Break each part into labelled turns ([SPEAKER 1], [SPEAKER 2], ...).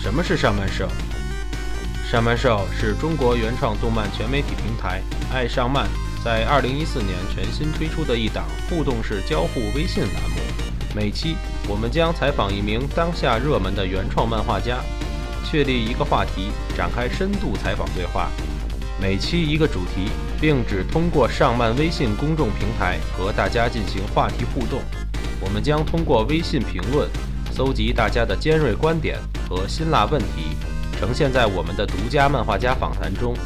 [SPEAKER 1] 什么是上漫社？上漫社是中国原创动漫全媒体平台“爱上漫”在二零一四年全新推出的一档互动式交互微信栏目。每期我们将采访一名当下热门的原创漫画家，确立一个话题，展开深度采访对话。每期一个主题，并只通过上漫微信公众平台和大家进行话题互动。我们将通过微信评论搜集大家的尖锐观点和辛辣问题，呈现在我们的独家漫画家访谈中。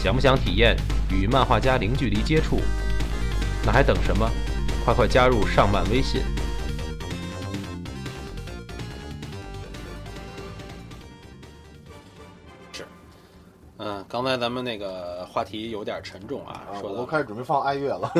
[SPEAKER 1] 想不想体验与漫画家零距离接触？那还等什么？快快加入上漫微信！嗯，刚才咱们那个话题有点沉重啊，
[SPEAKER 2] 啊，
[SPEAKER 1] 说
[SPEAKER 2] 我
[SPEAKER 1] 的
[SPEAKER 2] 都开始准备放哀乐 了。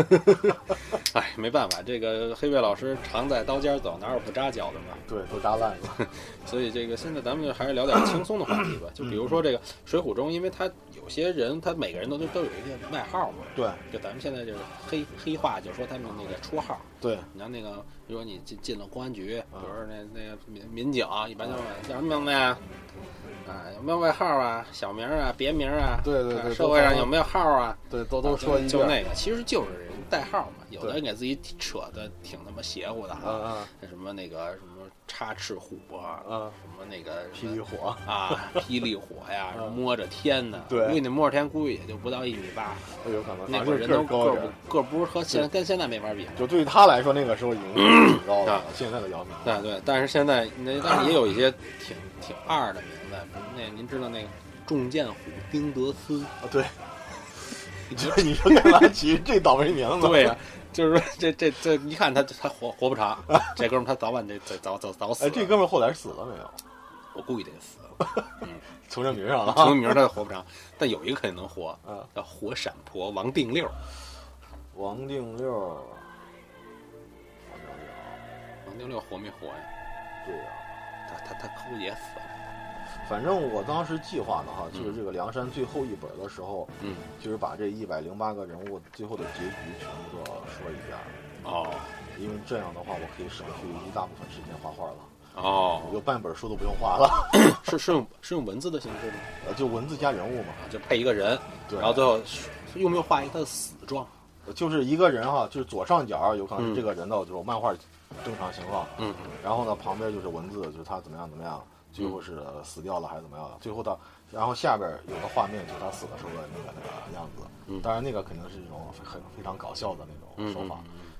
[SPEAKER 1] 哎，没办法，这个黑月老师常在刀尖走，哪有不扎脚的嘛？
[SPEAKER 2] 对，都扎烂了。
[SPEAKER 1] 所以这个现在咱们就还是聊点轻松的话题吧，就比如说这个《水浒》中，因为他有些人，他每个人都都有一个外号嘛，
[SPEAKER 2] 对
[SPEAKER 1] 就咱们现在就是黑黑话，就说他们那个绰号。
[SPEAKER 2] 对，
[SPEAKER 1] 你像那个，比如说你进进了公安局，比
[SPEAKER 2] 啊
[SPEAKER 1] 如说那那个民民警啊，一般就问叫什么名字呀？啊，有没有外号啊？小名啊？别名啊？
[SPEAKER 2] 对对对
[SPEAKER 1] 啊社会上
[SPEAKER 2] 都
[SPEAKER 1] 有没有号啊？
[SPEAKER 2] 对，都都说一
[SPEAKER 1] 就就
[SPEAKER 2] 遍。
[SPEAKER 1] 那个，其实就是人代号嘛。有的
[SPEAKER 2] 对
[SPEAKER 1] 人给自己扯的挺他妈邪乎的啊，
[SPEAKER 2] 啊
[SPEAKER 1] 什么那个什么插翅虎啊
[SPEAKER 2] 啊，啊！
[SPEAKER 1] 什么那个
[SPEAKER 2] 霹雳火，
[SPEAKER 1] 啊，霹雳火呀，
[SPEAKER 2] 嗯
[SPEAKER 1] 摸着天呢。
[SPEAKER 2] 对
[SPEAKER 1] 估计那摸着天估计也就不到一米八，
[SPEAKER 2] 有哎可能，
[SPEAKER 1] 啊那
[SPEAKER 2] 反
[SPEAKER 1] 会儿
[SPEAKER 2] 正
[SPEAKER 1] 人
[SPEAKER 2] 个
[SPEAKER 1] 都
[SPEAKER 2] 儿高
[SPEAKER 1] 个
[SPEAKER 2] 一
[SPEAKER 1] 儿
[SPEAKER 2] 点。
[SPEAKER 1] 不个儿不是和现跟现在没法比。
[SPEAKER 2] 就对于他来说，那个时候已经挺高
[SPEAKER 1] 啊
[SPEAKER 2] 了，现在的姚明。
[SPEAKER 1] 对对，但是现在那但是也有一些挺挺二的名字，比如那您知道那个重剑虎丁德斯，
[SPEAKER 2] 啊，对， 就是你说盖兰奇这倒霉名字，
[SPEAKER 1] 对呀、啊就是说这这这一看他他活活不 长，这哥们儿他早晚得得早早早死
[SPEAKER 2] 哎，
[SPEAKER 1] 了。
[SPEAKER 2] 这哥们儿后来死了没有？
[SPEAKER 1] 我估计得 死，
[SPEAKER 2] 从这名上了
[SPEAKER 1] 从
[SPEAKER 2] 啊。
[SPEAKER 1] 名儿他活不长，但有一个肯定能活，
[SPEAKER 2] 嗯，
[SPEAKER 1] 叫活闪婆王定六。
[SPEAKER 2] 王定六，王定六，
[SPEAKER 1] 王定六活没活呀？
[SPEAKER 2] 对啊呀、
[SPEAKER 1] 他他他抠也死了。
[SPEAKER 2] 反正我当时计划的哈，
[SPEAKER 1] 嗯
[SPEAKER 2] 就是这个梁山最后一本的时候，
[SPEAKER 1] 嗯，
[SPEAKER 2] 就是把这一百零八个人物最后的结局全部都要说一遍，
[SPEAKER 1] 哦
[SPEAKER 2] 因为这样的话，我可以省去一大部分时间画画了，我
[SPEAKER 1] 哦，
[SPEAKER 2] 就半本书都不用画了，
[SPEAKER 1] 是是用是用文字的形式吗？
[SPEAKER 2] 呃就文字加人物嘛。
[SPEAKER 1] 啊，就配一个人，
[SPEAKER 2] 对，
[SPEAKER 1] 然后最后是用不用画一个他的死状？
[SPEAKER 2] 就是一个人哈，就是左上角有可能
[SPEAKER 1] 嗯
[SPEAKER 2] 是这个人的就是漫画正常情况，
[SPEAKER 1] 嗯，
[SPEAKER 2] 然后呢旁边就是文字，就是他怎么样怎么样，最后是死掉了还是怎么样
[SPEAKER 1] 嗯
[SPEAKER 2] 的，最后到然后下边有个画面就是他死的时候的那个那个样子，
[SPEAKER 1] 嗯
[SPEAKER 2] 当然那个肯定是一种很非常搞笑的那种手
[SPEAKER 1] 嗯
[SPEAKER 2] 法。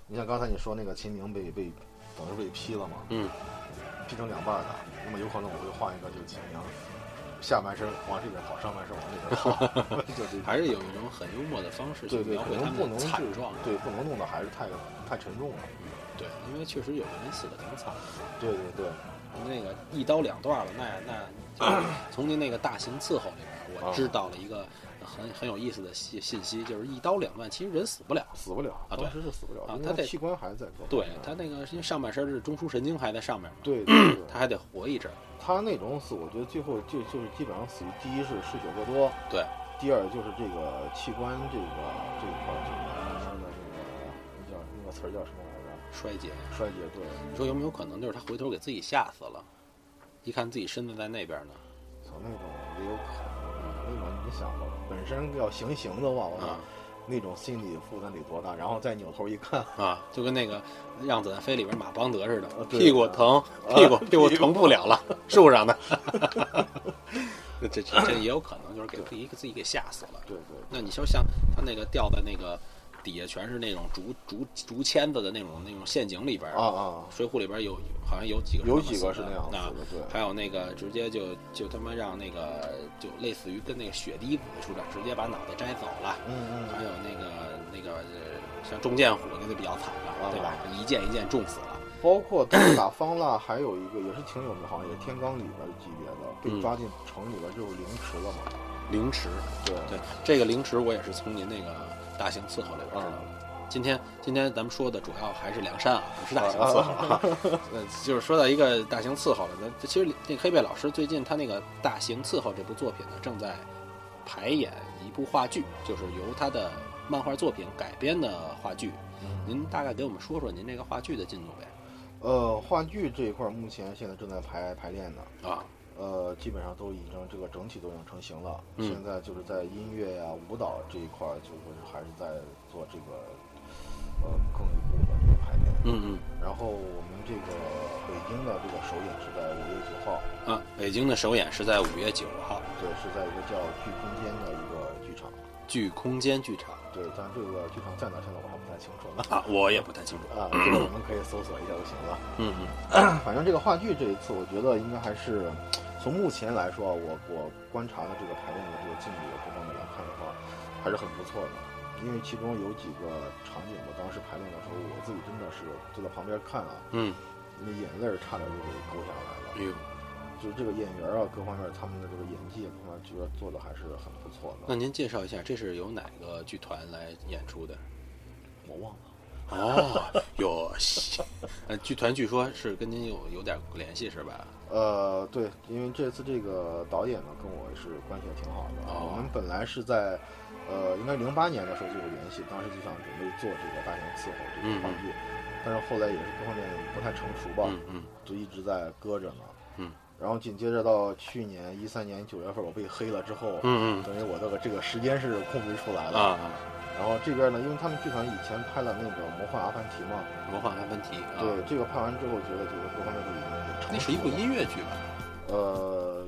[SPEAKER 2] 你像刚才你说那个秦明被被等于是被劈了嘛，
[SPEAKER 1] 嗯，
[SPEAKER 2] 劈成两半儿的，那么有可能我会画一个就是秦明下半身往这边跑，上半身往那 边跑，就这种
[SPEAKER 1] 还是有一种很幽默的方式去
[SPEAKER 2] 对对，
[SPEAKER 1] 描
[SPEAKER 2] 可
[SPEAKER 1] 绘他
[SPEAKER 2] 能不
[SPEAKER 1] 们的
[SPEAKER 2] 能
[SPEAKER 1] 惨
[SPEAKER 2] 是
[SPEAKER 1] 状。
[SPEAKER 2] 对，不能弄得还是太太沉重了。
[SPEAKER 1] 对，因为确实有的人死的挺惨的，
[SPEAKER 2] 对对对，
[SPEAKER 1] 那个一刀两断了，那那 就是从您那个大型伺候里边，我
[SPEAKER 2] 啊
[SPEAKER 1] 知道了一个很很有意思的信信息，就是一刀两断，其实人死不了。
[SPEAKER 2] 死不了，
[SPEAKER 1] 啊对
[SPEAKER 2] 当时是死不了，
[SPEAKER 1] 啊
[SPEAKER 2] 因
[SPEAKER 1] 他
[SPEAKER 2] 为
[SPEAKER 1] 得
[SPEAKER 2] 器官还在各方
[SPEAKER 1] 对
[SPEAKER 2] 面
[SPEAKER 1] 他那个，因为上半身是中枢神经还在上面嘛，
[SPEAKER 2] 对对对，
[SPEAKER 1] 他还得活一阵儿。
[SPEAKER 2] 他那种死，我觉得最后就就是基本上死于第一是失血过多，
[SPEAKER 1] 对，
[SPEAKER 2] 第二就是这个器官这个这一块儿这个这个叫那个词儿叫什么来着？
[SPEAKER 1] 衰竭。
[SPEAKER 2] 衰竭对，
[SPEAKER 1] 你说有没有可能就是他回头给自己吓死了？一看自己身子在那边呢，
[SPEAKER 2] 从那种也有可能，那种你想吧，本身要行刑的话，我操
[SPEAKER 1] 啊，
[SPEAKER 2] 那种心理负担得多大？然后再扭头一看，
[SPEAKER 1] 啊，就跟那个《让子弹飞》里边马邦德似的
[SPEAKER 2] 啊，对
[SPEAKER 1] 屁股疼，屁股屁股疼不了了， 树上 的。这这这也有可能就是给自己给自己给吓死了。
[SPEAKER 2] 对对
[SPEAKER 1] 那你就像他那个掉在那个底下全是那种竹竹竹签子的那种那种陷阱里边儿
[SPEAKER 2] 啊，啊，
[SPEAKER 1] 水浒里边有好像有几个
[SPEAKER 2] 有
[SPEAKER 1] 是
[SPEAKER 2] 几
[SPEAKER 1] 这么
[SPEAKER 2] 个
[SPEAKER 1] 死
[SPEAKER 2] 是
[SPEAKER 1] 的
[SPEAKER 2] 那样
[SPEAKER 1] 啊
[SPEAKER 2] 子的，对。
[SPEAKER 1] 还有那个直接就就他妈让那个就类似于跟那个血滴子似的，直接把脑袋摘走了。
[SPEAKER 2] 嗯
[SPEAKER 1] 还有那个那个呃像中剑虎那就比较惨了，
[SPEAKER 2] 啊
[SPEAKER 1] 对吧？一剑一剑重死了。
[SPEAKER 2] 包括他打方腊，还有一个也是挺有名，好像也天罡里边级别的，被抓进城里边就是凌迟了嘛。
[SPEAKER 1] 凌迟，
[SPEAKER 2] 对，
[SPEAKER 1] 对这个凌迟我也是从您那个大型伺候里边
[SPEAKER 2] 嗯
[SPEAKER 1] 知道的。今天今天咱们说的主要还是梁山啊，不是大型伺候啊。 呃，就是说到一个大型伺候了，那其实那黑贝老师最近他那个《大型伺候》这部作品呢，正在排演一部话剧，就是由他的漫画作品改编的话剧。您大概给我们说说您这个话剧的进度呗？
[SPEAKER 2] 呃，话剧这一块儿目前现在正在排排练呢，
[SPEAKER 1] 啊，
[SPEAKER 2] 呃，基本上都已经这个整体都已经成型了。现在就是在音乐呀、舞蹈这一块儿，就是还是在做这个呃更一步的这个排练。
[SPEAKER 1] 嗯
[SPEAKER 2] 然后我们这个北京的这个首演是在五月九号，
[SPEAKER 1] 嗯啊，北京的首演是在五月九号，
[SPEAKER 2] 对，是在一个叫聚空间的一个剧场。
[SPEAKER 1] 剧空间剧场
[SPEAKER 2] 对，但这个剧场在哪儿，现在我还不太清楚呢。
[SPEAKER 1] 啊，我也不太清楚。
[SPEAKER 2] 啊，这个我们可以搜索一下就行了。
[SPEAKER 1] 嗯嗯
[SPEAKER 2] 反正这个话剧这一次，我觉得应该还是从目前来说啊，我我观察的这个排练的这个进度各方面来看的话，还是很不错的。因为其中有几个场景，我当时排练的时候，我自己真的是坐在旁边看啊，
[SPEAKER 1] 嗯，
[SPEAKER 2] 那眼泪儿差点就给勾下来了。
[SPEAKER 1] 哎呦，
[SPEAKER 2] 就是这个演员啊，各方面他们的这个演技啊各方面，觉得做的还是很不错的。
[SPEAKER 1] 那您介绍一下，这是由哪个剧团来演出的？
[SPEAKER 2] 我忘了，
[SPEAKER 1] 哦，有， 呃，剧团据说是跟您有有点联系是吧？
[SPEAKER 2] 呃，对，因为这次这个导演呢跟我也是关系也挺好的。啊
[SPEAKER 1] 哦
[SPEAKER 2] 我们本来是在，呃，应该零八年的时候就有联系，当时就想准备做这个大型伺候这个话剧，但是后来也是各方面不太成熟吧，
[SPEAKER 1] 嗯嗯
[SPEAKER 2] 就一直在搁着呢。
[SPEAKER 1] 嗯。
[SPEAKER 2] 然后紧接着到去年一三年九月份，我被黑了之后，
[SPEAKER 1] 嗯
[SPEAKER 2] 等于我这个这个时间是空不出来
[SPEAKER 1] 嗯
[SPEAKER 2] 了。
[SPEAKER 1] 啊，
[SPEAKER 2] 然后这边呢，因为他们剧团以前拍了那个《魔幻阿凡提》嘛，
[SPEAKER 1] 魔幻阿凡提啊，
[SPEAKER 2] 对，这个拍完之后，觉得就是各方面都已经成熟了。
[SPEAKER 1] 那是一部音乐剧吧？
[SPEAKER 2] 呃，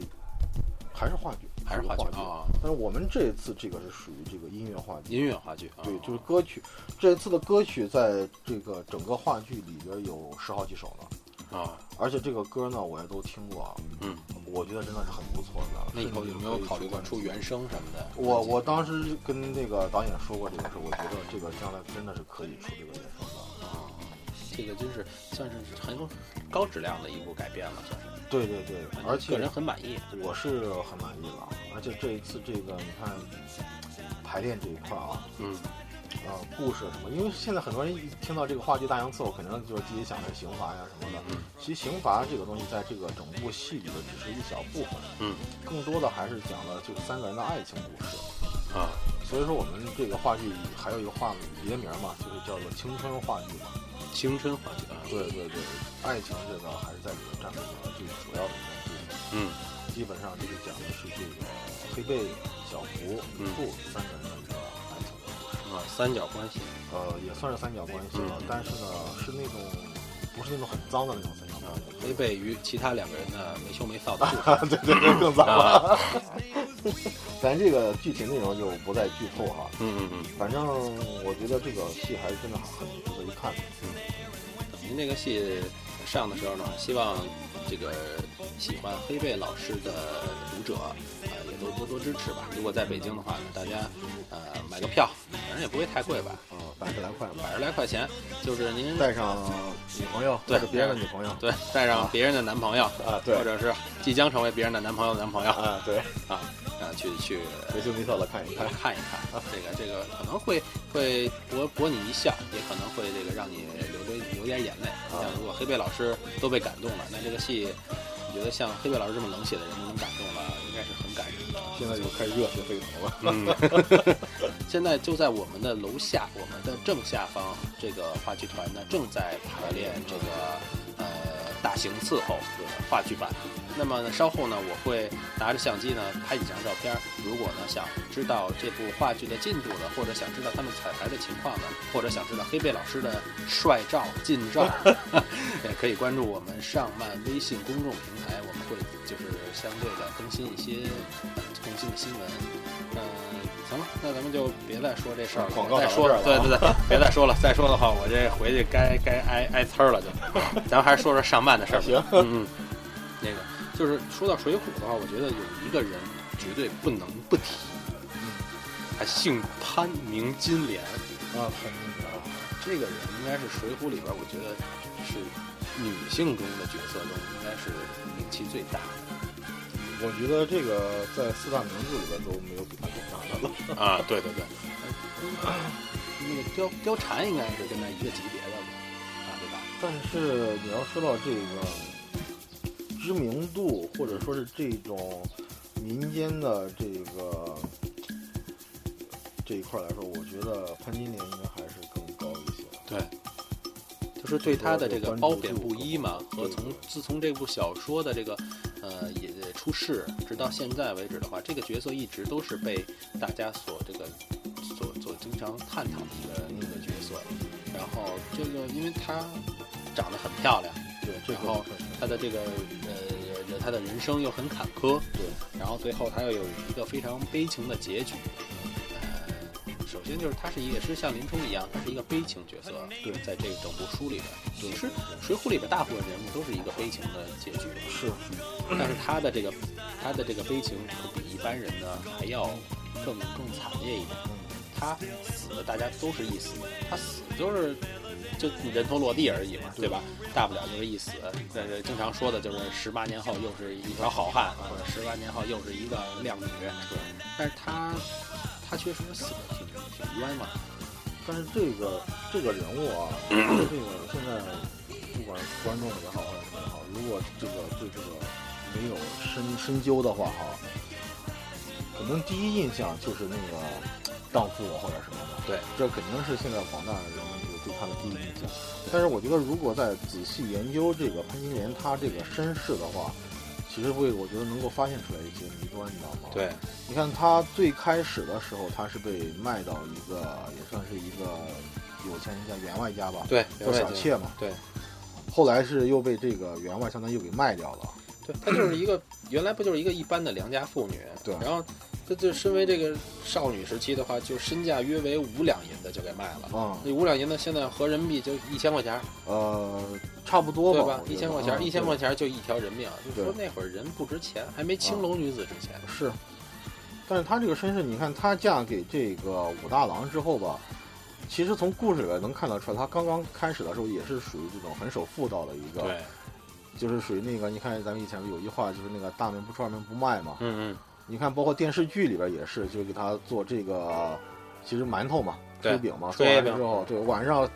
[SPEAKER 2] 还是话剧，
[SPEAKER 1] 还是
[SPEAKER 2] 话
[SPEAKER 1] 话剧啊？
[SPEAKER 2] 但是我们这一次这个是属于这个音乐话剧，
[SPEAKER 1] 音乐话剧啊？
[SPEAKER 2] 对，就是歌曲。这一次的歌曲在这个整个话剧里边有十好几首呢，
[SPEAKER 1] 啊，
[SPEAKER 2] 而且这个歌呢我也都听过啊，
[SPEAKER 1] 嗯，
[SPEAKER 2] 我觉得真的是很不错的。
[SPEAKER 1] 那以后有没有考虑过出原声什么的？
[SPEAKER 2] 我我当时跟那个导演说过这个事儿，我觉得这个将来真的是可以出这个原声的。
[SPEAKER 1] 啊，这个真是算是很有高质量的一部改编了，算是，
[SPEAKER 2] 对对对，而且
[SPEAKER 1] 个人很满意。
[SPEAKER 2] 我是很满意了，而且这一次这个你看排练这一块啊，
[SPEAKER 1] 嗯，
[SPEAKER 2] 呃，故事什么，因为现在很多人一听到这个话剧大洋伺候，肯定就是第一想的是刑罚呀什么的。其实刑罚这个东西，在这个整部戏里的只是一小部分，
[SPEAKER 1] 嗯
[SPEAKER 2] 更多的还是讲了就是三个人的爱情故事。
[SPEAKER 1] 啊，
[SPEAKER 2] 所以说我们这个话剧还有一个话别名嘛，就是叫做青春话剧嘛。
[SPEAKER 1] 青春话剧啊，
[SPEAKER 2] 对对对，爱情这个还是在里面占据了最主要的一个部分。
[SPEAKER 1] 嗯
[SPEAKER 2] 基本上就是讲的是这个黑贝、小福、吕布三个人的一个爱情的故事，
[SPEAKER 1] 啊，三角关系
[SPEAKER 2] 呃，也算是三角关系了，
[SPEAKER 1] 嗯
[SPEAKER 2] 但是呢，是那种不是那种很脏的那种三角
[SPEAKER 1] 啊
[SPEAKER 2] 关系，，
[SPEAKER 1] 违背于其他两个人的没羞没臊 的故事
[SPEAKER 2] 对对对，更脏了。
[SPEAKER 1] 啊，
[SPEAKER 2] 咱这个具体内容就不再剧透哈，
[SPEAKER 1] 嗯嗯嗯。
[SPEAKER 2] 反正我觉得这个戏还是真的很值得一看的。
[SPEAKER 1] 您这个戏上的时候呢，希望这个喜欢黑贝老师的读者啊、呃也都多多支持吧。如果在北京的话呢，大家呃买个票，反正也不会太贵吧，
[SPEAKER 2] 嗯，百十来块吧，
[SPEAKER 1] 百十来块钱，就是您
[SPEAKER 2] 带上女朋友，
[SPEAKER 1] 对
[SPEAKER 2] 带着别人的女朋友，
[SPEAKER 1] 对带上别人的男朋友，
[SPEAKER 2] 啊对
[SPEAKER 1] 或者是即将成为别人的男朋友的男朋友啊
[SPEAKER 2] 啊，对，
[SPEAKER 1] 啊去去
[SPEAKER 2] 没羞没臊的看一看
[SPEAKER 1] 呃。看一看，这个这个可能会会博博你一笑，也可能会这个让你流着流点眼泪。
[SPEAKER 2] 啊
[SPEAKER 1] 像如果黑贝老师都被感动了，那这个戏，你觉得像黑贝老师这么冷血的人都能感动了，应该是很感人的。
[SPEAKER 2] 现在就开始热血沸腾了。
[SPEAKER 1] 嗯， 现在就在我们的楼下，我们的正下方，这个话剧团呢正在排练这个呃大型伺候这个话剧版。那么呢稍后呢，我会拿着相机呢拍几张照片。如果呢想知道这部话剧的进度的，或者想知道他们彩排的情况呢，或者想知道黑贝老师的帅照、近 照，也可以关注我们上漫微信公众平台，我们会就是相对的更新一些呃更新的新闻。嗯，行了，那咱们就别再说这事儿了。
[SPEAKER 2] 广告
[SPEAKER 1] 再
[SPEAKER 2] 打到
[SPEAKER 1] 说
[SPEAKER 2] 这儿了啊
[SPEAKER 1] 对对对，别再说了，再说的话，我这回去该该挨挨呲儿了就。咱们还是说说上漫的事儿。
[SPEAKER 2] 行，
[SPEAKER 1] 嗯嗯，那个就是说到《水浒》的话，我觉得有一个人绝对不能不提，嗯他姓潘，名金莲。
[SPEAKER 2] 啊，很那个。
[SPEAKER 1] 这个人应该是《水浒》里边，我觉得是女性中的角色中应该是名气最大的。
[SPEAKER 2] 我觉得这个在四大名著里边都没有比他更大的了。
[SPEAKER 1] 啊，对对对，那个貂貂蝉应该是跟他一个级别的吧，啊，对吧？
[SPEAKER 2] 但是你要说到这个知名度，或者说是这种民间的这个这一块来说，我觉得潘金莲应该还是更高一些。
[SPEAKER 1] 对，就是对他的这个褒贬不一嘛，
[SPEAKER 2] 对
[SPEAKER 1] 和从自从这部小说的这个呃也出世，直到现在为止的话，这个角色一直都是被大家所这个所所经常探讨的一个一个角色。然后这个，因为她长得很漂亮，
[SPEAKER 2] 对，这
[SPEAKER 1] 然
[SPEAKER 2] 个
[SPEAKER 1] 后
[SPEAKER 2] 是
[SPEAKER 1] 她的这个呃，她的人生又很坎坷，
[SPEAKER 2] 对，
[SPEAKER 1] 然后最后她又有一个非常悲情的结局。呃，首先就是她是一也是像林冲一样，她是一个悲情角色。
[SPEAKER 2] 对
[SPEAKER 1] 在这整部书里边，
[SPEAKER 2] 对
[SPEAKER 1] 其实《水浒》里边大部分人物都是一个悲情的结局，
[SPEAKER 2] 是
[SPEAKER 1] 但是她的这个她的这个悲情可比一般人呢还要更更惨烈一点。她死的大家都是一死，她死就是就你人头落地而已嘛，对吧？大不了就是一死。但是经常说的就是十八年后又是一条好汉，或者十八年后又是一个靓女。对，但是她她确实死的挺挺冤枉的。
[SPEAKER 2] 但是这个这个人物 啊，这个现在不管是观众也好，还是什么也好，如果这个对这个没有深深究的话哈，可能第一印象就是那个荡妇啊或者什么的，
[SPEAKER 1] 对，
[SPEAKER 2] 这肯定是现在广大人们这个对他的第一印象。但是我觉得，如果再仔细研究这个潘金莲她这个身世的话，其实会我觉得能够发现出来一些迷端，你知道吗？。
[SPEAKER 1] 对，
[SPEAKER 2] 你看他最开始的时候，他是被卖到一个也算是一个有钱人家员外家吧，
[SPEAKER 1] 对，
[SPEAKER 2] 叫小妾嘛。
[SPEAKER 1] 对，
[SPEAKER 2] 后来是又被这个员外相当于又给卖掉了。
[SPEAKER 1] 对，她就是一个原来不就是一个一般的良家妇女，
[SPEAKER 2] 对
[SPEAKER 1] 然后这就身为这个少女时期的话，就身价约为五两银子就给卖了。
[SPEAKER 2] 嗯，
[SPEAKER 1] 那五两银子现在合人民币就一千块钱儿，
[SPEAKER 2] 呃，差不多
[SPEAKER 1] 对
[SPEAKER 2] 吧
[SPEAKER 1] 吧，？一千块钱儿，一千块
[SPEAKER 2] 钱
[SPEAKER 1] 钱儿就一条人命。啊就说
[SPEAKER 2] 对
[SPEAKER 1] 那会儿人不值钱，还没青楼女子值钱。
[SPEAKER 2] 是。但是她这个身世，你看她嫁给这个武大郎之后吧，其实从故事里边能看得出来，她刚刚开始的时候也是属于这种很守妇道的一个，就是属于那个，你看咱们以前有一句话就是那个大门不出二门不迈嘛，
[SPEAKER 1] 嗯嗯，
[SPEAKER 2] 你看，包括电视剧里边也是，就给他做这个，其实馒头嘛，
[SPEAKER 1] 对
[SPEAKER 2] 炊饼嘛，做
[SPEAKER 1] 炊
[SPEAKER 2] 完
[SPEAKER 1] 饼
[SPEAKER 2] 之后，对，晚上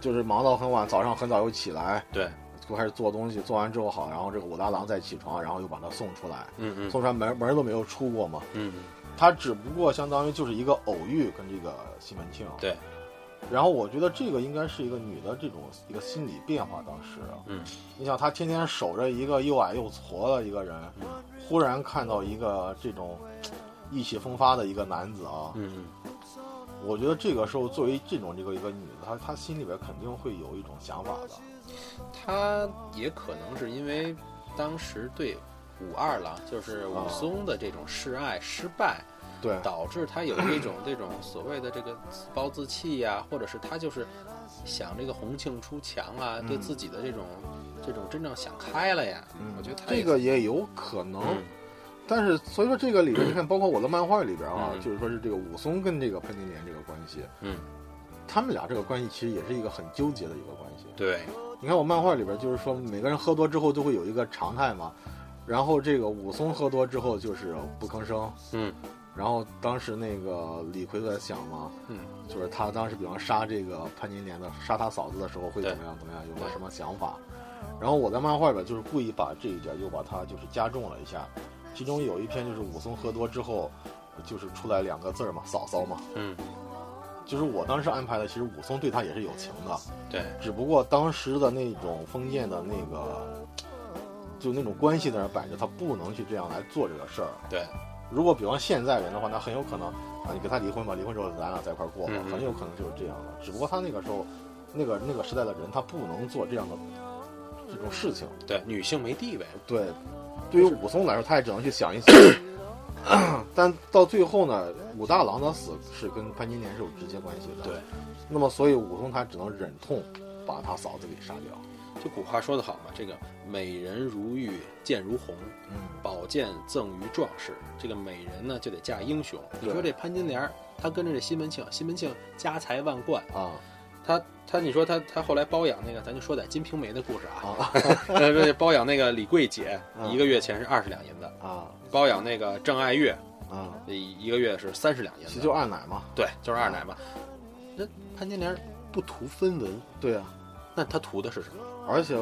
[SPEAKER 2] 就是忙到很晚，早上很早又起来，
[SPEAKER 1] 对，
[SPEAKER 2] 就开始做东西，做完之后好，然后这个武大郎再起床，然后又把他送出来，
[SPEAKER 1] 嗯嗯
[SPEAKER 2] 送出来门门都没有出过嘛，
[SPEAKER 1] 嗯，
[SPEAKER 2] 他只不过相当于就是一个偶遇跟这个西门庆，
[SPEAKER 1] 对。
[SPEAKER 2] 然后我觉得这个应该是一个女的这种一个心理变化，当时，啊
[SPEAKER 1] 嗯，
[SPEAKER 2] 你想她天天守着一个又矮又矬的一个人，
[SPEAKER 1] 嗯
[SPEAKER 2] 忽然看到一个这种嘖意气风发的一个男子啊，
[SPEAKER 1] 嗯
[SPEAKER 2] 我觉得这个时候作为这种这个一个女的，她她心里边肯定会有一种想法的，
[SPEAKER 1] 嗯，他也可能是因为当时对武二郎，就是武松的这种示爱失败，
[SPEAKER 2] 对，
[SPEAKER 1] 导致他有这种这种所谓的这个自暴自弃呀、或者是他就是想这个红杏出墙啊，
[SPEAKER 2] 嗯
[SPEAKER 1] 对自己的这种这种真正想开了呀。
[SPEAKER 2] 嗯，
[SPEAKER 1] 我觉得他
[SPEAKER 2] 这
[SPEAKER 1] 也
[SPEAKER 2] 个也有可能，
[SPEAKER 1] 嗯
[SPEAKER 2] 但是所以说这个里边，你看，包括我的漫画里边啊，
[SPEAKER 1] 嗯
[SPEAKER 2] 就是说是这个武松跟这个潘金莲这个关系，
[SPEAKER 1] 嗯，
[SPEAKER 2] 他们俩这个关系其实也是一个很纠结的一个关系。
[SPEAKER 1] 对
[SPEAKER 2] 你看我漫画里边就是说，每个人喝多之后都会有一个常态嘛，然后这个武松喝多之后就是不吭声，
[SPEAKER 1] 嗯
[SPEAKER 2] 然后当时那个李逵在想嘛，
[SPEAKER 1] 嗯，
[SPEAKER 2] 就是他当时比方杀这个潘金莲的杀他嫂子的时候会
[SPEAKER 1] 对
[SPEAKER 2] 怎么样怎么样，有
[SPEAKER 1] 对
[SPEAKER 2] 个什么想法？然后我在漫画里边就是故意把这一点又把它就是加重了一下，其中有一篇就是武松喝多之后，就是出来两个字儿嘛，嫂嫂嘛，
[SPEAKER 1] 嗯
[SPEAKER 2] 就是我当时安排的，其实武松对他也是有情的，
[SPEAKER 1] 对
[SPEAKER 2] 只不过当时的那种封建的那个，就那种关系在那儿摆着，他不能去这样来做这个事儿。啊
[SPEAKER 1] 对
[SPEAKER 2] 如果比方现在人的话，那很有可能啊，你跟他离婚吧，离婚之后咱俩在一块儿过吧
[SPEAKER 1] 嗯，嗯
[SPEAKER 2] 很有可能就是这样的。只不过他那个时候，那个那个时代的人，他不能做这样的这种事情。
[SPEAKER 1] 对，女性没地位。
[SPEAKER 2] 对，对于武松来说，他也只能去想一想。但到最后呢，武大郎的死是跟潘金莲是有直接关系的。
[SPEAKER 1] 对，
[SPEAKER 2] 那么所以武松他只能忍痛把他嫂子给杀掉。
[SPEAKER 1] 就古话说得好嘛，这个美人如玉，剑如虹，
[SPEAKER 2] 嗯，
[SPEAKER 1] 宝剑赠于壮士。这个美人呢就得嫁英雄。你
[SPEAKER 2] 对
[SPEAKER 1] 说这潘金莲儿，她跟着这西门庆，西门庆家财万贯，
[SPEAKER 2] 啊
[SPEAKER 1] 他他，你说他他后来包养那个，咱就说点《金瓶梅》的故事啊。
[SPEAKER 2] 啊
[SPEAKER 1] 呃， 这包养那个李桂姐，
[SPEAKER 2] 嗯
[SPEAKER 1] 一个月前是二十两银子；
[SPEAKER 2] 啊
[SPEAKER 1] 包养那个郑爱月，
[SPEAKER 2] 啊！
[SPEAKER 1] 一一个月是三十两银
[SPEAKER 2] 其实
[SPEAKER 1] 子。
[SPEAKER 2] 就是二啊奶嘛。
[SPEAKER 1] 对，就是二奶嘛。那潘金莲不图分文，
[SPEAKER 2] 对啊，
[SPEAKER 1] 那她图的是什么？
[SPEAKER 2] 而且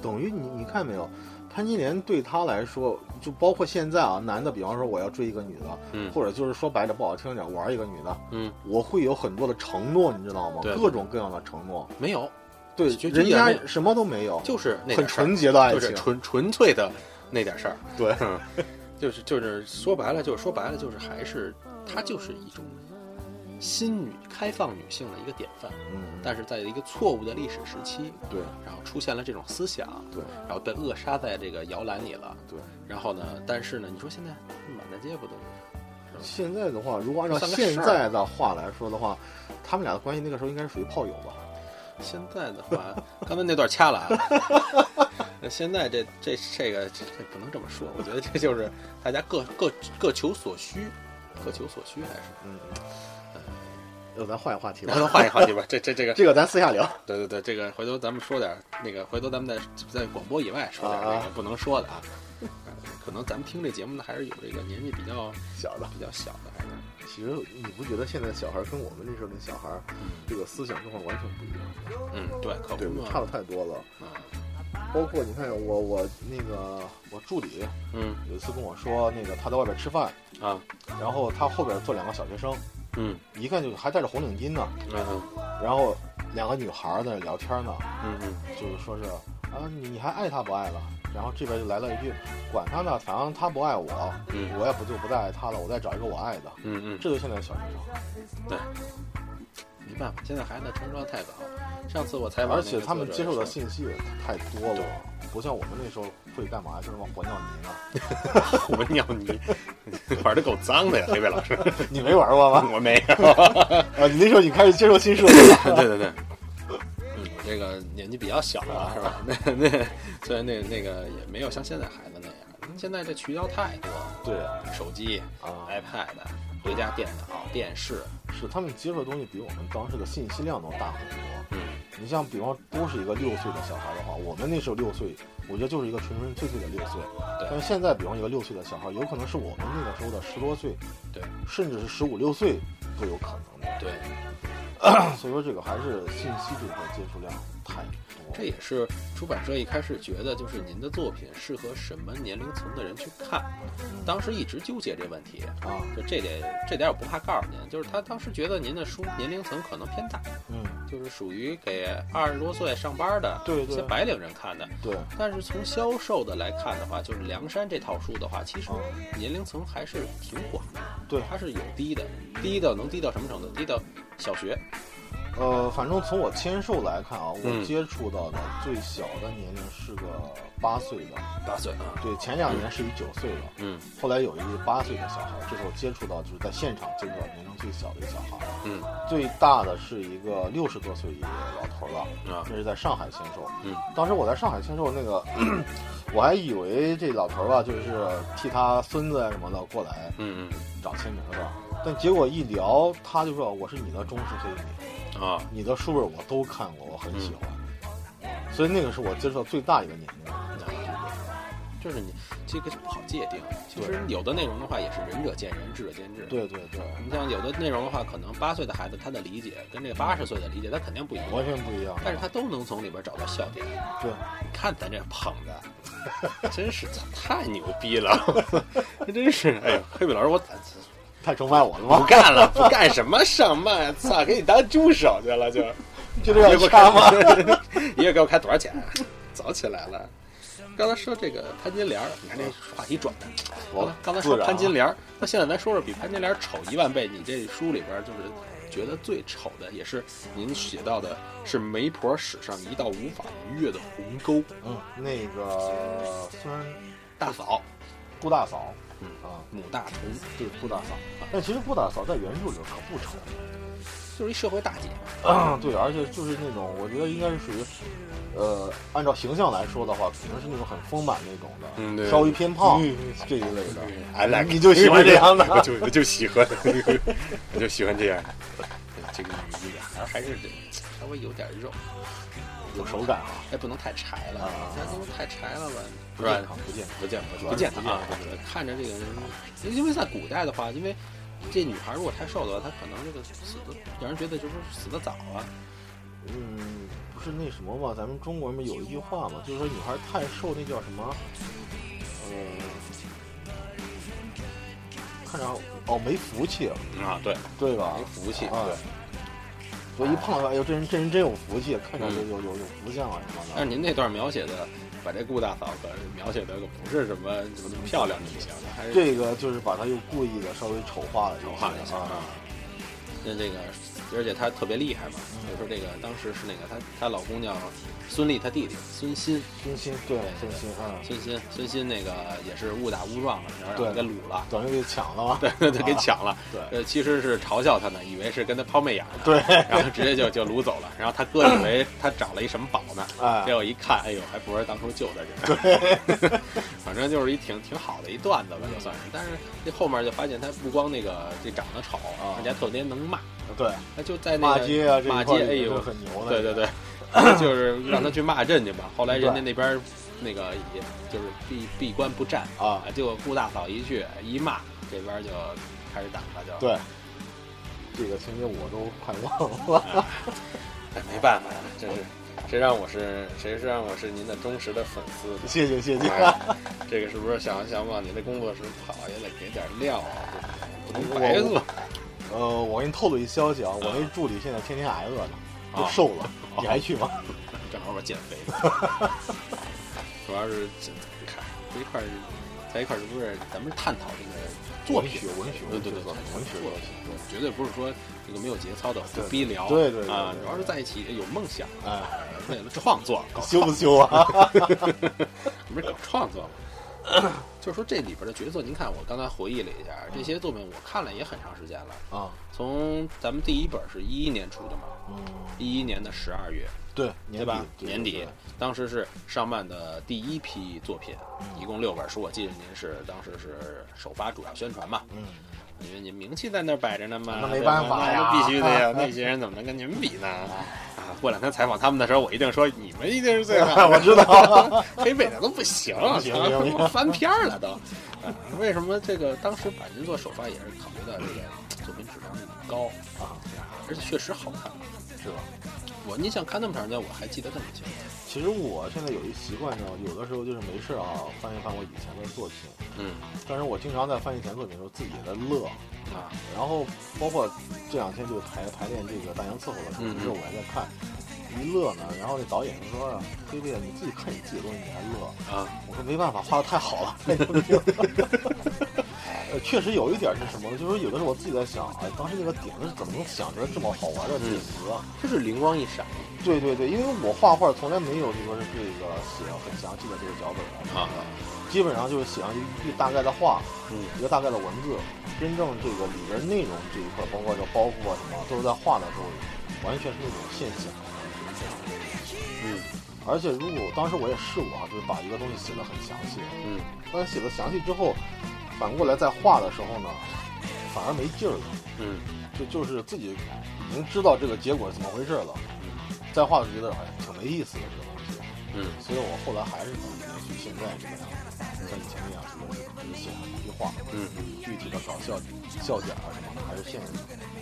[SPEAKER 2] 等于你你看没有，潘金莲对他来说，就包括现在啊，男的，比方说我要追一个女的，
[SPEAKER 1] 嗯
[SPEAKER 2] 或者就是说白了不好听点，玩一个女的，
[SPEAKER 1] 嗯，
[SPEAKER 2] 我会有很多的承诺，你知道吗？
[SPEAKER 1] 对
[SPEAKER 2] 各种各样的承诺。
[SPEAKER 1] 没有，
[SPEAKER 2] 对，
[SPEAKER 1] 就就
[SPEAKER 2] 人
[SPEAKER 1] 一点
[SPEAKER 2] 家
[SPEAKER 1] 没有
[SPEAKER 2] 什么都没有，
[SPEAKER 1] 就是那
[SPEAKER 2] 很
[SPEAKER 1] 点事儿
[SPEAKER 2] 纯洁的爱
[SPEAKER 1] 就
[SPEAKER 2] 情
[SPEAKER 1] 是。纯纯粹的那点事儿，
[SPEAKER 2] 对，
[SPEAKER 1] 嗯，就是就是说白了，就是说白了，就是还是它就是一种新女开放女性的一个典范，
[SPEAKER 2] 嗯，
[SPEAKER 1] 但是在一个错误的历史时期，
[SPEAKER 2] 对
[SPEAKER 1] 然后出现了这种思想，
[SPEAKER 2] 对
[SPEAKER 1] 然后被扼杀在这个摇篮里了。
[SPEAKER 2] 对。
[SPEAKER 1] 然后呢，但是呢，你说现在满大街不都是？
[SPEAKER 2] 现在的话，如果按照
[SPEAKER 1] 算个
[SPEAKER 2] 现
[SPEAKER 1] 事儿
[SPEAKER 2] 在的话来说的话，他们俩的关系那个时候应该是属于炮友吧？
[SPEAKER 1] 现在的话，刚才那段掐了啊。 那现在这这这个这这不能这么说，我觉得这就是大家各各各求所需，各求所需还是。
[SPEAKER 2] 嗯，呃，咱换一个话题吧
[SPEAKER 1] 然，后换一个话题吧，这这这个
[SPEAKER 2] 这个咱私下聊。
[SPEAKER 1] 对对对，这个回头咱们说点儿那个，回头咱们在在广播以外说点儿那
[SPEAKER 2] 啊
[SPEAKER 1] 个不能说的啊。呃可能咱们听这节目的还是有这个年纪比较
[SPEAKER 2] 小的，
[SPEAKER 1] 比较小的，还是
[SPEAKER 2] 其实你不觉得现在的小孩跟我们那时候的小孩儿这个思想状况完全不一样，
[SPEAKER 1] 嗯，对，可
[SPEAKER 2] 对
[SPEAKER 1] 不嘛，
[SPEAKER 2] 差的太多了。
[SPEAKER 1] 嗯
[SPEAKER 2] 包括你看我我那个我助理
[SPEAKER 1] 嗯
[SPEAKER 2] 有一次跟我说，那个他在外边吃饭，
[SPEAKER 1] 啊
[SPEAKER 2] 然后他后边坐两个小学生，
[SPEAKER 1] 嗯
[SPEAKER 2] 一看就还戴着红领巾呢，
[SPEAKER 1] 嗯
[SPEAKER 2] 然后两个女孩儿在那聊天呢，
[SPEAKER 1] 嗯嗯
[SPEAKER 2] 就是说是啊，你你还爱他不爱了？然后这边就来了一句，管他呢，反正他不爱我，
[SPEAKER 1] 嗯
[SPEAKER 2] 我也不就不再爱他了，我再找一个我爱的。
[SPEAKER 1] 嗯嗯，
[SPEAKER 2] 这就现在的小学生，
[SPEAKER 1] 没办法，现在孩子成长太早。上次我采访
[SPEAKER 2] 而
[SPEAKER 1] 那
[SPEAKER 2] 且
[SPEAKER 1] 个作者说，
[SPEAKER 2] 他们接受的信息也太多了，不像我们那时候会干嘛，就什么火尿泥呢？
[SPEAKER 1] 我们尿 泥玩的够脏的呀，黑白老师，
[SPEAKER 2] 你没玩过吗？
[SPEAKER 1] 我没有。
[SPEAKER 2] 啊，你那时候你开始接受新事物了。
[SPEAKER 1] 对对对，嗯，我这个年纪比较小了，是吧？ 那那虽然那那个也没有像现在孩子那样，嗯现在这渠道太多了，
[SPEAKER 2] 对啊，
[SPEAKER 1] 手机、
[SPEAKER 2] 啊
[SPEAKER 1] iPad、回家电脑、电视，
[SPEAKER 2] 是他们接受的东西比我们当时的信息量都大很多。
[SPEAKER 1] 嗯
[SPEAKER 2] 你像比方都是一个六岁的小孩的话，我们那时候六岁，我觉得就是一个纯纯粹粹的六岁。
[SPEAKER 1] 对
[SPEAKER 2] 但是现在，比方一个六岁的小孩，有可能是我们那个时候的十多岁，
[SPEAKER 1] 对
[SPEAKER 2] 甚至是十五六岁都有可能的。
[SPEAKER 1] 对，
[SPEAKER 2] 所以说，这个还是信息这块接触量太多。
[SPEAKER 1] 这也是出版社一开始觉得，就是您的作品适合什么年龄层的人去看，当时一直纠结这问题。
[SPEAKER 2] 啊，
[SPEAKER 1] 就这点，这点我不怕告诉您，就是他当时觉得您的书年龄层可能偏大，
[SPEAKER 2] 嗯，
[SPEAKER 1] 就是属于给二十多岁上班的
[SPEAKER 2] 对
[SPEAKER 1] 一些
[SPEAKER 2] 对
[SPEAKER 1] 白领人看的。
[SPEAKER 2] 对，
[SPEAKER 1] 但是从销售的来看的话，就是梁山这套书的话，其实
[SPEAKER 2] 啊
[SPEAKER 1] 年龄层还是挺广的，
[SPEAKER 2] 对
[SPEAKER 1] 它是有低的，低到能低到什么程度？低到小学，
[SPEAKER 2] 呃，反正从我签售来看啊，我
[SPEAKER 1] 嗯
[SPEAKER 2] 接触到的最小的年龄是个八岁的，
[SPEAKER 1] 八岁啊，
[SPEAKER 2] 对，前两年是一九岁的，
[SPEAKER 1] 嗯
[SPEAKER 2] 后来有一个八岁的小孩，这是我接触到就是在现场接触到年龄最小的一个小孩，
[SPEAKER 1] 嗯
[SPEAKER 2] 最大的是一个六十多岁一个老头儿了，
[SPEAKER 1] 啊
[SPEAKER 2] 这是在上海签售。
[SPEAKER 1] 嗯，
[SPEAKER 2] 当时我在上海签售那个， 我还以为这老头儿吧，就是替他孙子啊什么的过来
[SPEAKER 1] 嗯
[SPEAKER 2] 找签名的，但结果一聊，他就说我是你的忠实黑迷，
[SPEAKER 1] 嗯啊，
[SPEAKER 2] 你的书本我都看过，我很喜欢。
[SPEAKER 1] 嗯
[SPEAKER 2] 所以那个是我接触到最大一个年龄。
[SPEAKER 1] 就是你这个就不好界定。其实有的内容的话，也是仁者见仁，智者见智。，
[SPEAKER 2] 对对对，
[SPEAKER 1] 你像有的内容的话，可能八岁的孩子他的理解跟这八十岁的理解，他肯定不一样。
[SPEAKER 2] 完全不一样。
[SPEAKER 1] 但是他都能从里边找到笑点。
[SPEAKER 2] 对，
[SPEAKER 1] 你看咱这捧的，真是太牛逼了， 真是！哎呀，黑笔老师，我咋
[SPEAKER 2] 太崇拜我了
[SPEAKER 1] 不
[SPEAKER 2] 吗？
[SPEAKER 1] 干了？不干什么上麦？操，给你当猪手去了就。
[SPEAKER 2] 就这样
[SPEAKER 1] 一月给我
[SPEAKER 2] 掐 吗？
[SPEAKER 1] 开一月给我开多少钱？啊早起来了。刚才说这个潘金莲儿，你看这话题转的。
[SPEAKER 2] 我
[SPEAKER 1] 刚才
[SPEAKER 2] 自
[SPEAKER 1] 说
[SPEAKER 2] 然啊
[SPEAKER 1] 潘金莲儿，那现在咱说说比潘金莲儿丑一万倍，你这书里边儿就是觉得最丑的，也是您写到的是媒婆史上一道无法逾越的鸿沟。
[SPEAKER 2] 嗯，那个虽然
[SPEAKER 1] 大嫂
[SPEAKER 2] 顾大嫂，
[SPEAKER 1] 嗯
[SPEAKER 2] 啊，
[SPEAKER 1] 母大虫，
[SPEAKER 2] 对顾大嫂，但其实顾大嫂在原著里可不丑，
[SPEAKER 1] 就是一社会大姐嘛。
[SPEAKER 2] 啊， 对，而且就是那种我觉得应该是属于，呃，按照形象来说的话，可能是那种很丰满那种的，
[SPEAKER 1] 嗯对
[SPEAKER 2] 稍微偏胖、
[SPEAKER 1] 嗯
[SPEAKER 2] 这一类的。
[SPEAKER 1] I like，
[SPEAKER 2] 你就喜欢这样的
[SPEAKER 1] 我 就我就喜欢，我就喜欢这样的。这个女女孩儿还是得稍微有点肉，
[SPEAKER 2] 有手感啊，
[SPEAKER 1] 哎，不能太柴了
[SPEAKER 2] 啊，
[SPEAKER 1] 那都太柴了吧？
[SPEAKER 2] 不健康，不健
[SPEAKER 1] 不健康，
[SPEAKER 2] 不
[SPEAKER 1] 不
[SPEAKER 2] 健
[SPEAKER 1] 健
[SPEAKER 2] 康
[SPEAKER 1] 康啊！看着这个人，因为在古代的话，因为这女孩如果太瘦的话，她可能这个死的让人觉得就是死的早啊。
[SPEAKER 2] 康。嗯，不是那什么嘛，咱们中国人不有一句话嘛，就是说女孩太瘦，那叫什么？呃，看着哦，没福气，
[SPEAKER 1] 啊，对，
[SPEAKER 2] 对吧？
[SPEAKER 1] 没福气
[SPEAKER 2] 啊
[SPEAKER 1] 对，
[SPEAKER 2] 所以一碰到，哎呦，这人这人真有福气，看着有有有有福相啊什么的。
[SPEAKER 1] 但是您那段描写的，把这顾大嫂可是描写的可不是什么怎么怎么漂亮女性，还是
[SPEAKER 2] 这个就是把他又故意的稍微丑化了些，
[SPEAKER 1] 丑化一下啊
[SPEAKER 2] 啊。。
[SPEAKER 1] 那这个，而且她特别厉害嘛，就说这个当时是那个她她老公叫孙俪，她弟弟孙鑫，
[SPEAKER 2] 真心对
[SPEAKER 1] 对，
[SPEAKER 2] 真心啊，嗯
[SPEAKER 1] 孙鑫孙鑫那个也是误打误撞，然后让人给
[SPEAKER 2] 对
[SPEAKER 1] 掳了，
[SPEAKER 2] 等于给抢了嘛。
[SPEAKER 1] 对， 他给抢了。
[SPEAKER 2] 对
[SPEAKER 1] 呃，其实是嘲笑他呢，以为是跟他抛媚眼呢，
[SPEAKER 2] 对，
[SPEAKER 1] 然后直接就就掳走了。然后他哥以为他找了一什么宝呢，
[SPEAKER 2] 哎
[SPEAKER 1] 结果一看，哎呦，还不是当初救他这个。 反正就是一挺挺好的一段子吧，就算是。但是这后面就发现他不光那个这长得丑，
[SPEAKER 2] 啊
[SPEAKER 1] 人家特别能骂，
[SPEAKER 2] 对，
[SPEAKER 1] 他就在那
[SPEAKER 2] 骂
[SPEAKER 1] 个
[SPEAKER 2] 街啊，这
[SPEAKER 1] 骂
[SPEAKER 2] 一
[SPEAKER 1] 街
[SPEAKER 2] 块，儿
[SPEAKER 1] 哎
[SPEAKER 2] 也
[SPEAKER 1] 呦
[SPEAKER 2] 是，很牛的。
[SPEAKER 1] 对对对， 就是让他去骂阵去吧。后来人家那边儿那个也就是闭闭关不战
[SPEAKER 2] 啊，
[SPEAKER 1] 结果顾大嫂一去一骂，这边儿就开始打了，就
[SPEAKER 2] 对，这个情节我都快忘了。
[SPEAKER 1] 哎，没办法呀，真是谁让我是谁是让我是您的忠实的粉丝呢？
[SPEAKER 2] 谢谢谢谢。
[SPEAKER 1] 哎这个是不是想想往您的工作室跑，也得给点料啊？这不能白饿
[SPEAKER 2] 呃，我给你透露一消息啊，我那助理现在天天挨饿呢，都
[SPEAKER 1] 啊
[SPEAKER 2] 瘦了，你还去吗？
[SPEAKER 1] 正好我减肥， 主要是这看这一块儿，在一块儿是不是咱们是探讨这个作品
[SPEAKER 2] 文学文学
[SPEAKER 1] 对对
[SPEAKER 2] 文学
[SPEAKER 1] 对，
[SPEAKER 2] 作品
[SPEAKER 1] 文学
[SPEAKER 2] 文学
[SPEAKER 1] 作品，对绝对不是说这个没有节操的胡
[SPEAKER 2] 对
[SPEAKER 1] 逼聊，
[SPEAKER 2] 对对对对
[SPEAKER 1] 啊，
[SPEAKER 2] 对
[SPEAKER 1] 主要是在一起有梦想，
[SPEAKER 2] 哎，
[SPEAKER 1] 为了创作搞
[SPEAKER 2] 修不修啊？
[SPEAKER 1] 不是搞创作吗？就是说这里边的角色，您看我刚才回忆了一下，这些作品我看了也很长时间了。
[SPEAKER 2] 啊，
[SPEAKER 1] 从咱们第一本是一一年出的嘛，
[SPEAKER 2] 嗯，
[SPEAKER 1] 一一年的十二月，
[SPEAKER 2] 对，
[SPEAKER 1] 对
[SPEAKER 2] 年
[SPEAKER 1] 吧
[SPEAKER 2] 底？
[SPEAKER 1] 年底，当时是上漫的第一批作品，一共六本书。我记得您是当时是首发主要宣传嘛，
[SPEAKER 2] 嗯，
[SPEAKER 1] 因为您名气在那儿摆着呢嘛，
[SPEAKER 2] 那没办法
[SPEAKER 1] 对吧
[SPEAKER 2] 呀
[SPEAKER 1] 那必须的呀。那些人怎么能跟您比呢？啊，过两天采访他们的时候，我一定说你们一定是最 好的。
[SPEAKER 2] 啊我知道，
[SPEAKER 1] 黑北的都不行，
[SPEAKER 2] 行行行
[SPEAKER 1] 翻篇儿了都。啊为什么这个当时把您做首发也是考虑到这个作品质量很高
[SPEAKER 2] 啊，
[SPEAKER 1] 而且确实好看。
[SPEAKER 2] 是吧？
[SPEAKER 1] 我你想看那么长时间，我还记得那么清。
[SPEAKER 2] 其实我现在有一习惯，你知道吗，有的时候就是没事啊，翻一翻我以前的作品。
[SPEAKER 1] 嗯
[SPEAKER 2] 但是我经常在翻以前作品的时候自己在乐，
[SPEAKER 1] 啊，
[SPEAKER 2] 然后包括这两天这个排排练这个大型伺候的时候，
[SPEAKER 1] 嗯嗯
[SPEAKER 2] 是我还在看，一乐呢，然后那导演就说：“菲菲，你自己看你自己的东西，你还乐？”
[SPEAKER 1] 啊，
[SPEAKER 2] 我说没办法，画的太好了，太牛逼了。 呃，确实有一点是什么呢？就是说有的时候我自己在想，哎，当时那个点子是怎么能想出来这么好玩的
[SPEAKER 1] 嗯
[SPEAKER 2] 点子啊？
[SPEAKER 1] 就是灵光一闪
[SPEAKER 2] 对对对，因为我画画从来没有就说是这个写很详细的这个脚本
[SPEAKER 1] 啊，
[SPEAKER 2] 基本上就是写上一句大概的话，
[SPEAKER 1] 嗯
[SPEAKER 2] 一个大概的文字，真正这个里边内容这一块，包括这包袱啊什么，都是在画的时候，完全是那种现象。
[SPEAKER 1] 嗯
[SPEAKER 2] 而且如果当时我也试过啊，就是把一个东西写的很详细，
[SPEAKER 1] 嗯
[SPEAKER 2] 但是写的详细之后，反过来再画的时候呢，反而没劲儿了，
[SPEAKER 1] 嗯，
[SPEAKER 2] 就就是自己已经知道这个结果是怎么回事了，再画的时候觉得哎挺没意思的这个东西。
[SPEAKER 1] 嗯，
[SPEAKER 2] 所以我后来还是不延续现在这个样子，像以前那样，就是只写上一句话，
[SPEAKER 1] 嗯，
[SPEAKER 2] 具体的搞笑笑点啊什么的，还是现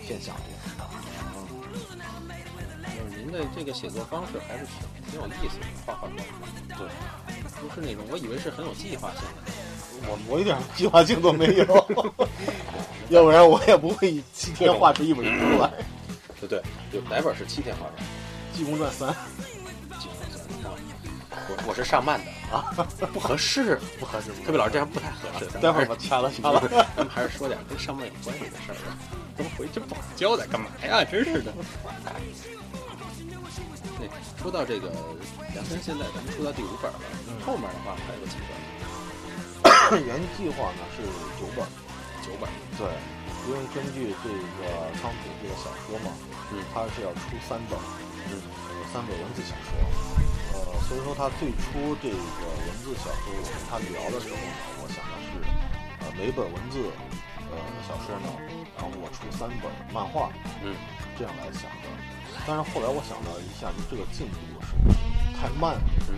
[SPEAKER 2] 现想的。
[SPEAKER 1] 就是您的这个写作方式还是挺挺有意思的，画画画，对，不是那种我以为是很有计划性的，
[SPEAKER 2] 我我一点计划性都没有， 要不然我也不会七天画出一本书来，《
[SPEAKER 1] 对对，有哪本是七天画完？
[SPEAKER 2] 济公传三》
[SPEAKER 1] 我我是上漫的啊，不合适，
[SPEAKER 2] 不合适，不合适
[SPEAKER 1] 特别老师这样不太合适。
[SPEAKER 2] 待会儿吧，掐了掐 了。
[SPEAKER 1] 咱们还是说点跟上漫有关系的事儿吧。咱们回去不好交代干嘛呀？真是的。对，说到这个梁山，现在咱们说到第五本了，后面的话还有几本？
[SPEAKER 2] 原计划呢是九本，
[SPEAKER 1] 九本。
[SPEAKER 2] 对，因为根据这个仓鼠这个小说嘛，
[SPEAKER 1] 嗯
[SPEAKER 2] 它是要出三本，
[SPEAKER 1] 嗯
[SPEAKER 2] 有三本文字小说，呃，所以说他最初这个文字小说，我跟他聊的时候呢，我想的是，呃，每本文字呃小说呢，然后我出三本漫画，
[SPEAKER 1] 嗯
[SPEAKER 2] 这样来想的。但是后来我想了一下，就这个进度是太慢，
[SPEAKER 1] 嗯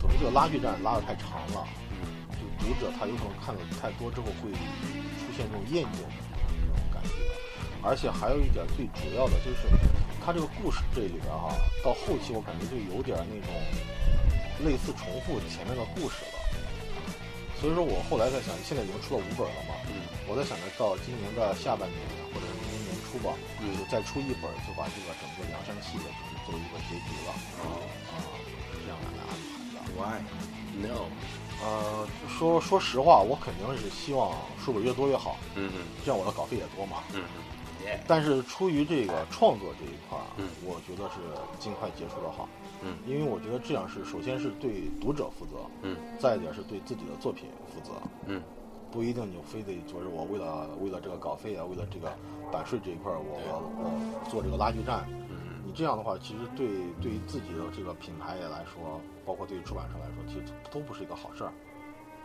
[SPEAKER 2] 等于这个拉锯战拉得太长了，
[SPEAKER 1] 嗯
[SPEAKER 2] 就读者他有可能看的太多之后会出现这种厌倦的这种感觉。而且还有一点最主要的就是，他这个故事这里边哈、到后期我感觉就有点那种类似重复前面的故事了。所以说我后来在想，现在已经出了五本了嘛，
[SPEAKER 1] 嗯
[SPEAKER 2] 我在想着到今年的下半年或者是明年初出吧，
[SPEAKER 1] 嗯
[SPEAKER 2] 就再出一本儿，就把这个整个梁山系的就是做一个结局了。
[SPEAKER 1] 哦
[SPEAKER 2] 啊，是这样来安排的。我爱你。
[SPEAKER 1] No，
[SPEAKER 2] 呃，说说实话，我肯定是希望书本越多越好，
[SPEAKER 1] 嗯
[SPEAKER 2] 这样我的稿费也多嘛。
[SPEAKER 1] 嗯耶，
[SPEAKER 2] 但是出于这个创作这一块儿，啊
[SPEAKER 1] 嗯
[SPEAKER 2] 我觉得是尽快结束的好，
[SPEAKER 1] 嗯
[SPEAKER 2] 因为我觉得这样是首先是对读者负责，
[SPEAKER 1] 嗯，
[SPEAKER 2] 再一点是对自己的作品负责，
[SPEAKER 1] 嗯，
[SPEAKER 2] 不一定就非得就是我为了为了这个稿费啊，为了这个版税这一块儿，我我我做这个拉锯战，
[SPEAKER 1] 嗯
[SPEAKER 2] 你这样的话，其实对对于自己的这个品牌也来说，包括对于出版社来说，其实都不是一个好事儿，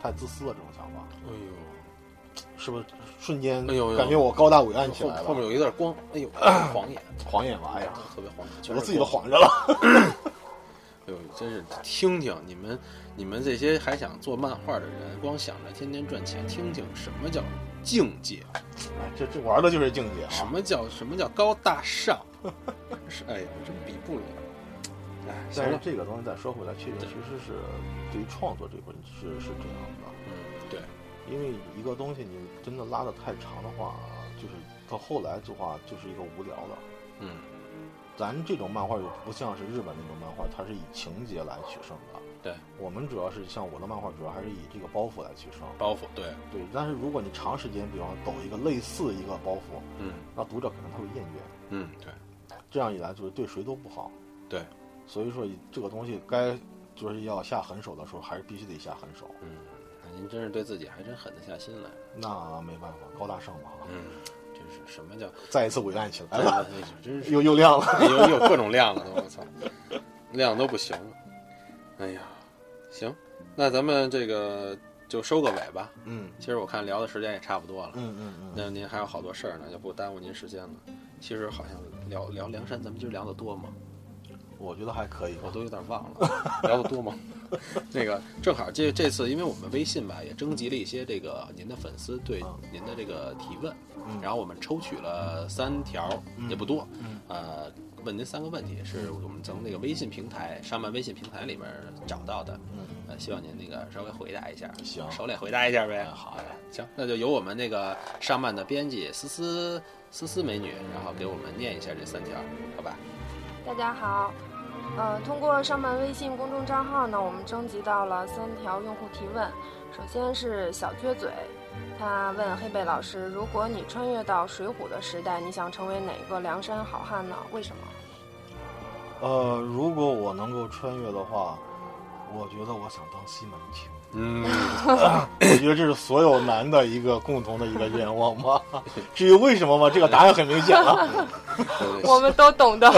[SPEAKER 2] 太自私了这种想法，
[SPEAKER 1] 哎呦，
[SPEAKER 2] 是不是？瞬间
[SPEAKER 1] 哎呦呦
[SPEAKER 2] 感觉我高大伟岸起
[SPEAKER 1] 后
[SPEAKER 2] 来了，
[SPEAKER 1] 后面有一段光，哎 呦，晃眼，
[SPEAKER 2] 晃眼吧，哎呀，
[SPEAKER 1] 特别晃眼，全
[SPEAKER 2] 我
[SPEAKER 1] 是
[SPEAKER 2] 自己都
[SPEAKER 1] 光。
[SPEAKER 2] 晃着了。
[SPEAKER 1] 哎呦，真是听听你们，你们这些还想做漫画的人，光想着天天赚钱，听听什么叫境界，
[SPEAKER 2] 哎，这这玩的就是境界
[SPEAKER 1] 什
[SPEAKER 2] 啊！
[SPEAKER 1] 么叫什么叫高大上，是哎呀，真比不了。哎，行
[SPEAKER 2] 但是
[SPEAKER 1] 了，
[SPEAKER 2] 这个东西再说回来，确实其实是对于创作这块是是这样的，
[SPEAKER 1] 嗯，对，
[SPEAKER 2] 因为一个东西你真的拉的太长的话，就是到后来的话就是一个无聊的。
[SPEAKER 1] 嗯
[SPEAKER 2] 咱这种漫画又不像是日本那种漫画，它是以情节来取胜的。
[SPEAKER 1] 对，
[SPEAKER 2] 我们主要是像我的漫画，主要还是以这个包袱来取胜。
[SPEAKER 1] 包袱，对，
[SPEAKER 2] 对，但是如果你长时间，比方抖一个类似一个包袱，
[SPEAKER 1] 嗯
[SPEAKER 2] 那读者可能他会厌倦。
[SPEAKER 1] 嗯，对，
[SPEAKER 2] 这样一来就是对谁都不好。
[SPEAKER 1] 对，
[SPEAKER 2] 所以说这个东西该就是要下狠手的时候，还是必须得下狠手。
[SPEAKER 1] 嗯，那您真是对自己还真狠得下心来，
[SPEAKER 2] 那没办法，高大上嘛，
[SPEAKER 1] 嗯，真是什么叫，
[SPEAKER 2] 再一次伟岸起来
[SPEAKER 1] 哎
[SPEAKER 2] 了，
[SPEAKER 1] 呀，真 是
[SPEAKER 2] 又又亮了。
[SPEAKER 1] 有有各种量了都，我操，量都不行了。哎呀，行，那咱们这个就收个尾吧。
[SPEAKER 2] 嗯
[SPEAKER 1] 其实我看聊的时间也差不多了，
[SPEAKER 2] 嗯嗯嗯，
[SPEAKER 1] 那您还有好多事儿呢，就不耽误您时间了。其实好像聊聊梁山，咱们今儿聊的多吗？
[SPEAKER 2] 我觉得还可以
[SPEAKER 1] 我
[SPEAKER 2] 吧。
[SPEAKER 1] 都有点忘了，聊得多吗？ 那个正好这这次，因为我们微信吧也征集了一些这个您的粉丝对
[SPEAKER 2] 嗯
[SPEAKER 1] 您的这个提问，
[SPEAKER 2] 嗯
[SPEAKER 1] 然后我们抽取了三条，
[SPEAKER 2] 嗯
[SPEAKER 1] 也不多，
[SPEAKER 2] 嗯
[SPEAKER 1] 呃，问您三个问题，是我们从那个微信平台上面微信平台里面找到的，
[SPEAKER 2] 嗯，
[SPEAKER 1] 呃，希望您那个稍微回答一下，
[SPEAKER 2] 行
[SPEAKER 1] 手磊回答一下呗。
[SPEAKER 2] 嗯好嘞，
[SPEAKER 1] 行，那就由我们那个上漫的编辑思思思思美女，然后给我们念一下这三条，好吧？
[SPEAKER 3] 大家好，呃，通过上漫微信公众账号呢，我们征集到了三条用户提问。首先是小撅嘴，他问黑贝老师：如果你穿越到水浒的时代，你想成为哪个梁山好汉呢？为什么？
[SPEAKER 2] 呃，如果我能够穿越的话，我觉得我想当西门庆。
[SPEAKER 1] 嗯，
[SPEAKER 2] 我觉得这是所有男的一个共同的一个愿望吧。 至于为什么嘛，这个答案很明显了。
[SPEAKER 1] 对
[SPEAKER 3] 我们都懂 的。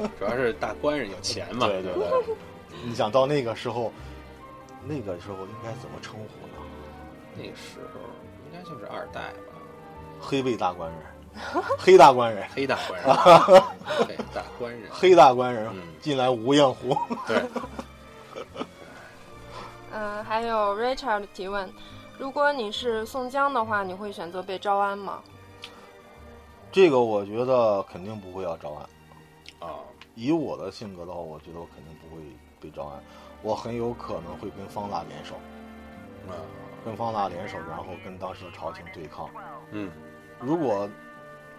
[SPEAKER 1] 嗯主要是大官人有钱嘛。
[SPEAKER 2] 对对对，你想到那个时候，那个时候应该怎么称呼呢？
[SPEAKER 1] 那个时候应该就是二代吧，
[SPEAKER 2] 黑背大官人，黑大官人，
[SPEAKER 1] 黑大 官人，对大官人，
[SPEAKER 2] 黑大官人
[SPEAKER 1] 嗯
[SPEAKER 2] 进来无恙乎？
[SPEAKER 1] 对，
[SPEAKER 3] 嗯、还有 Richard 提问：如果你是宋江的话，你会选择被招安吗？
[SPEAKER 2] 这个我觉得肯定不会要招安。
[SPEAKER 1] 哦，
[SPEAKER 2] 以我的性格的话，我觉得我肯定不会被招安，我很有可能会跟方腊联手，
[SPEAKER 1] 嗯
[SPEAKER 2] 跟方腊联手，然后跟当时的朝廷对抗。
[SPEAKER 1] 嗯
[SPEAKER 2] 如果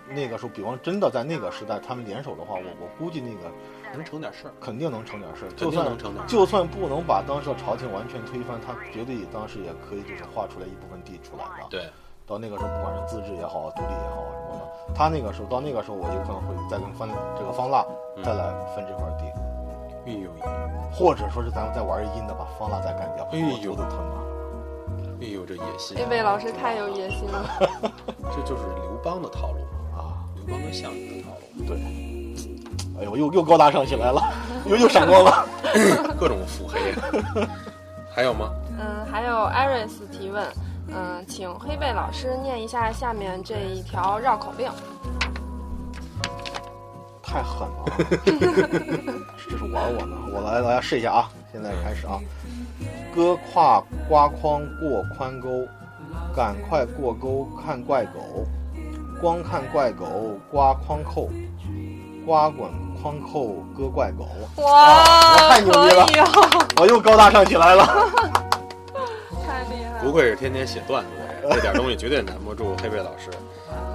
[SPEAKER 2] 那个时候，比方真的在那个时代，他们联手的话，我我估计那个
[SPEAKER 1] 嗯，能成点事儿，
[SPEAKER 2] 肯定能成点事儿。
[SPEAKER 1] 肯
[SPEAKER 2] 就
[SPEAKER 1] 定
[SPEAKER 2] 算
[SPEAKER 1] 能成点事儿。
[SPEAKER 2] 就算不能把当时的朝廷完全推翻，他绝对当时也可以就是划出来一部分地出来的。
[SPEAKER 1] 对，
[SPEAKER 2] 到那个时候，不管是自治也好，独立也好什么的，他那个时候到那个时候，我有可能会再跟方这个方腊
[SPEAKER 1] 嗯
[SPEAKER 2] 再来分这块地，
[SPEAKER 1] 哎呦，
[SPEAKER 2] 或者说是咱们再玩一阴的，把方腊再干掉，
[SPEAKER 1] 哎呦
[SPEAKER 2] 我犊子吞了。
[SPEAKER 1] 哎呦，这野心
[SPEAKER 3] 黑，贝老师太有野心了。
[SPEAKER 1] 这就是刘邦的套路嘛，
[SPEAKER 2] 啊，
[SPEAKER 1] 刘邦跟项羽的套路，
[SPEAKER 2] 对，哎呦，又又高大上起来了，又又闪光了。
[SPEAKER 1] 各种腹黑。 还有吗？
[SPEAKER 3] 嗯，还有 Iris 提问，嗯，请黑贝老师念一下下面这一条绕口令。
[SPEAKER 2] 太狠了，这是玩我呢！我来，大家试一下啊！现在开始啊！哥跨瓜筐过宽沟，赶快过沟看怪狗，光看怪狗刮筐扣，刮滚筐扣割怪狗。
[SPEAKER 3] 哇
[SPEAKER 2] 太牛逼了
[SPEAKER 3] 可以哦，
[SPEAKER 2] 啊我又高大上起来了！
[SPEAKER 3] 太厉厉害了，
[SPEAKER 1] 不愧是天天写段子的人，这点东西绝对难不住黑贝老师。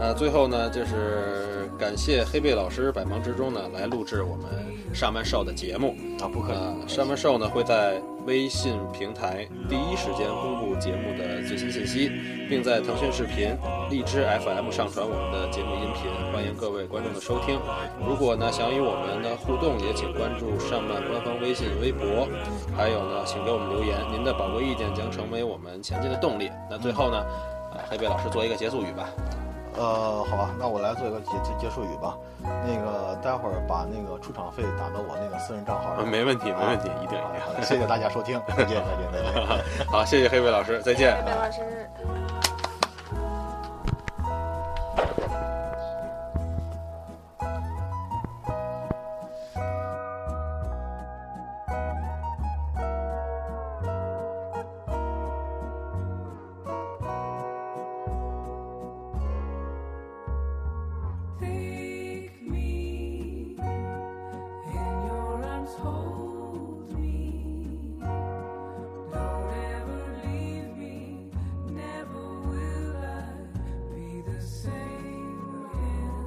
[SPEAKER 1] 呃，最后呢，就是感谢黑贝老师百忙之中呢来录制我们上半少的节目。
[SPEAKER 2] 啊，不可
[SPEAKER 1] 呃
[SPEAKER 2] 以，，
[SPEAKER 1] 上半兽呢会在微信平台第一时间公布节目的最新信息，并在腾讯视频、荔枝 FM 上传我们的节目音频，欢迎各位观众的收听。如果呢想与我们的互动，也请关注上半官方微信、微博，还有呢，请给我们留言，您的宝贵意见将成为我们前进的动力。那最后呢，啊，黑贝老师做一个结束语吧。
[SPEAKER 2] 呃，好吧，那我来做一个结结结束语吧。那个，待会儿把那个出场费打到我那个私人账号上。
[SPEAKER 1] 啊没问题，没问题，一定
[SPEAKER 2] 啊
[SPEAKER 1] 一
[SPEAKER 2] 好的谢谢大家收听，再见，再见，再见。
[SPEAKER 1] 定。好，谢谢黑贝老师，再见
[SPEAKER 3] 黑。贝老师。
[SPEAKER 4] Take me in your arms, hold me. Don't ever leave me, never will I be the same again.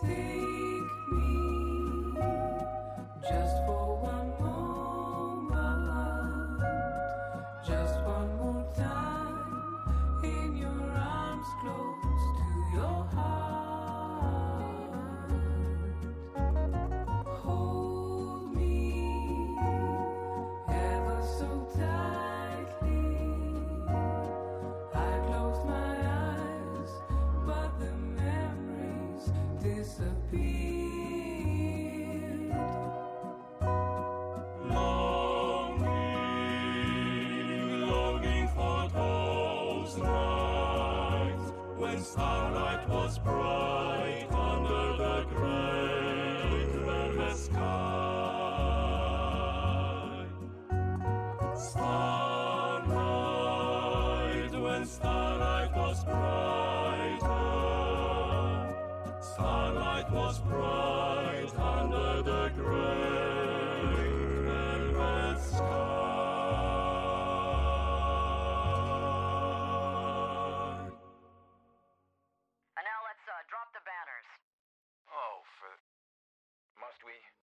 [SPEAKER 4] Take me just for one moment, just one more time in your arms close to your heart. Hold me ever so tightly. I close my eyes, but the memories disappeared.
[SPEAKER 5] longing, longing for those nights when starlight was bright under the gray, cloudless sky. Starlight, when starlight was brighter, starlight was brighter.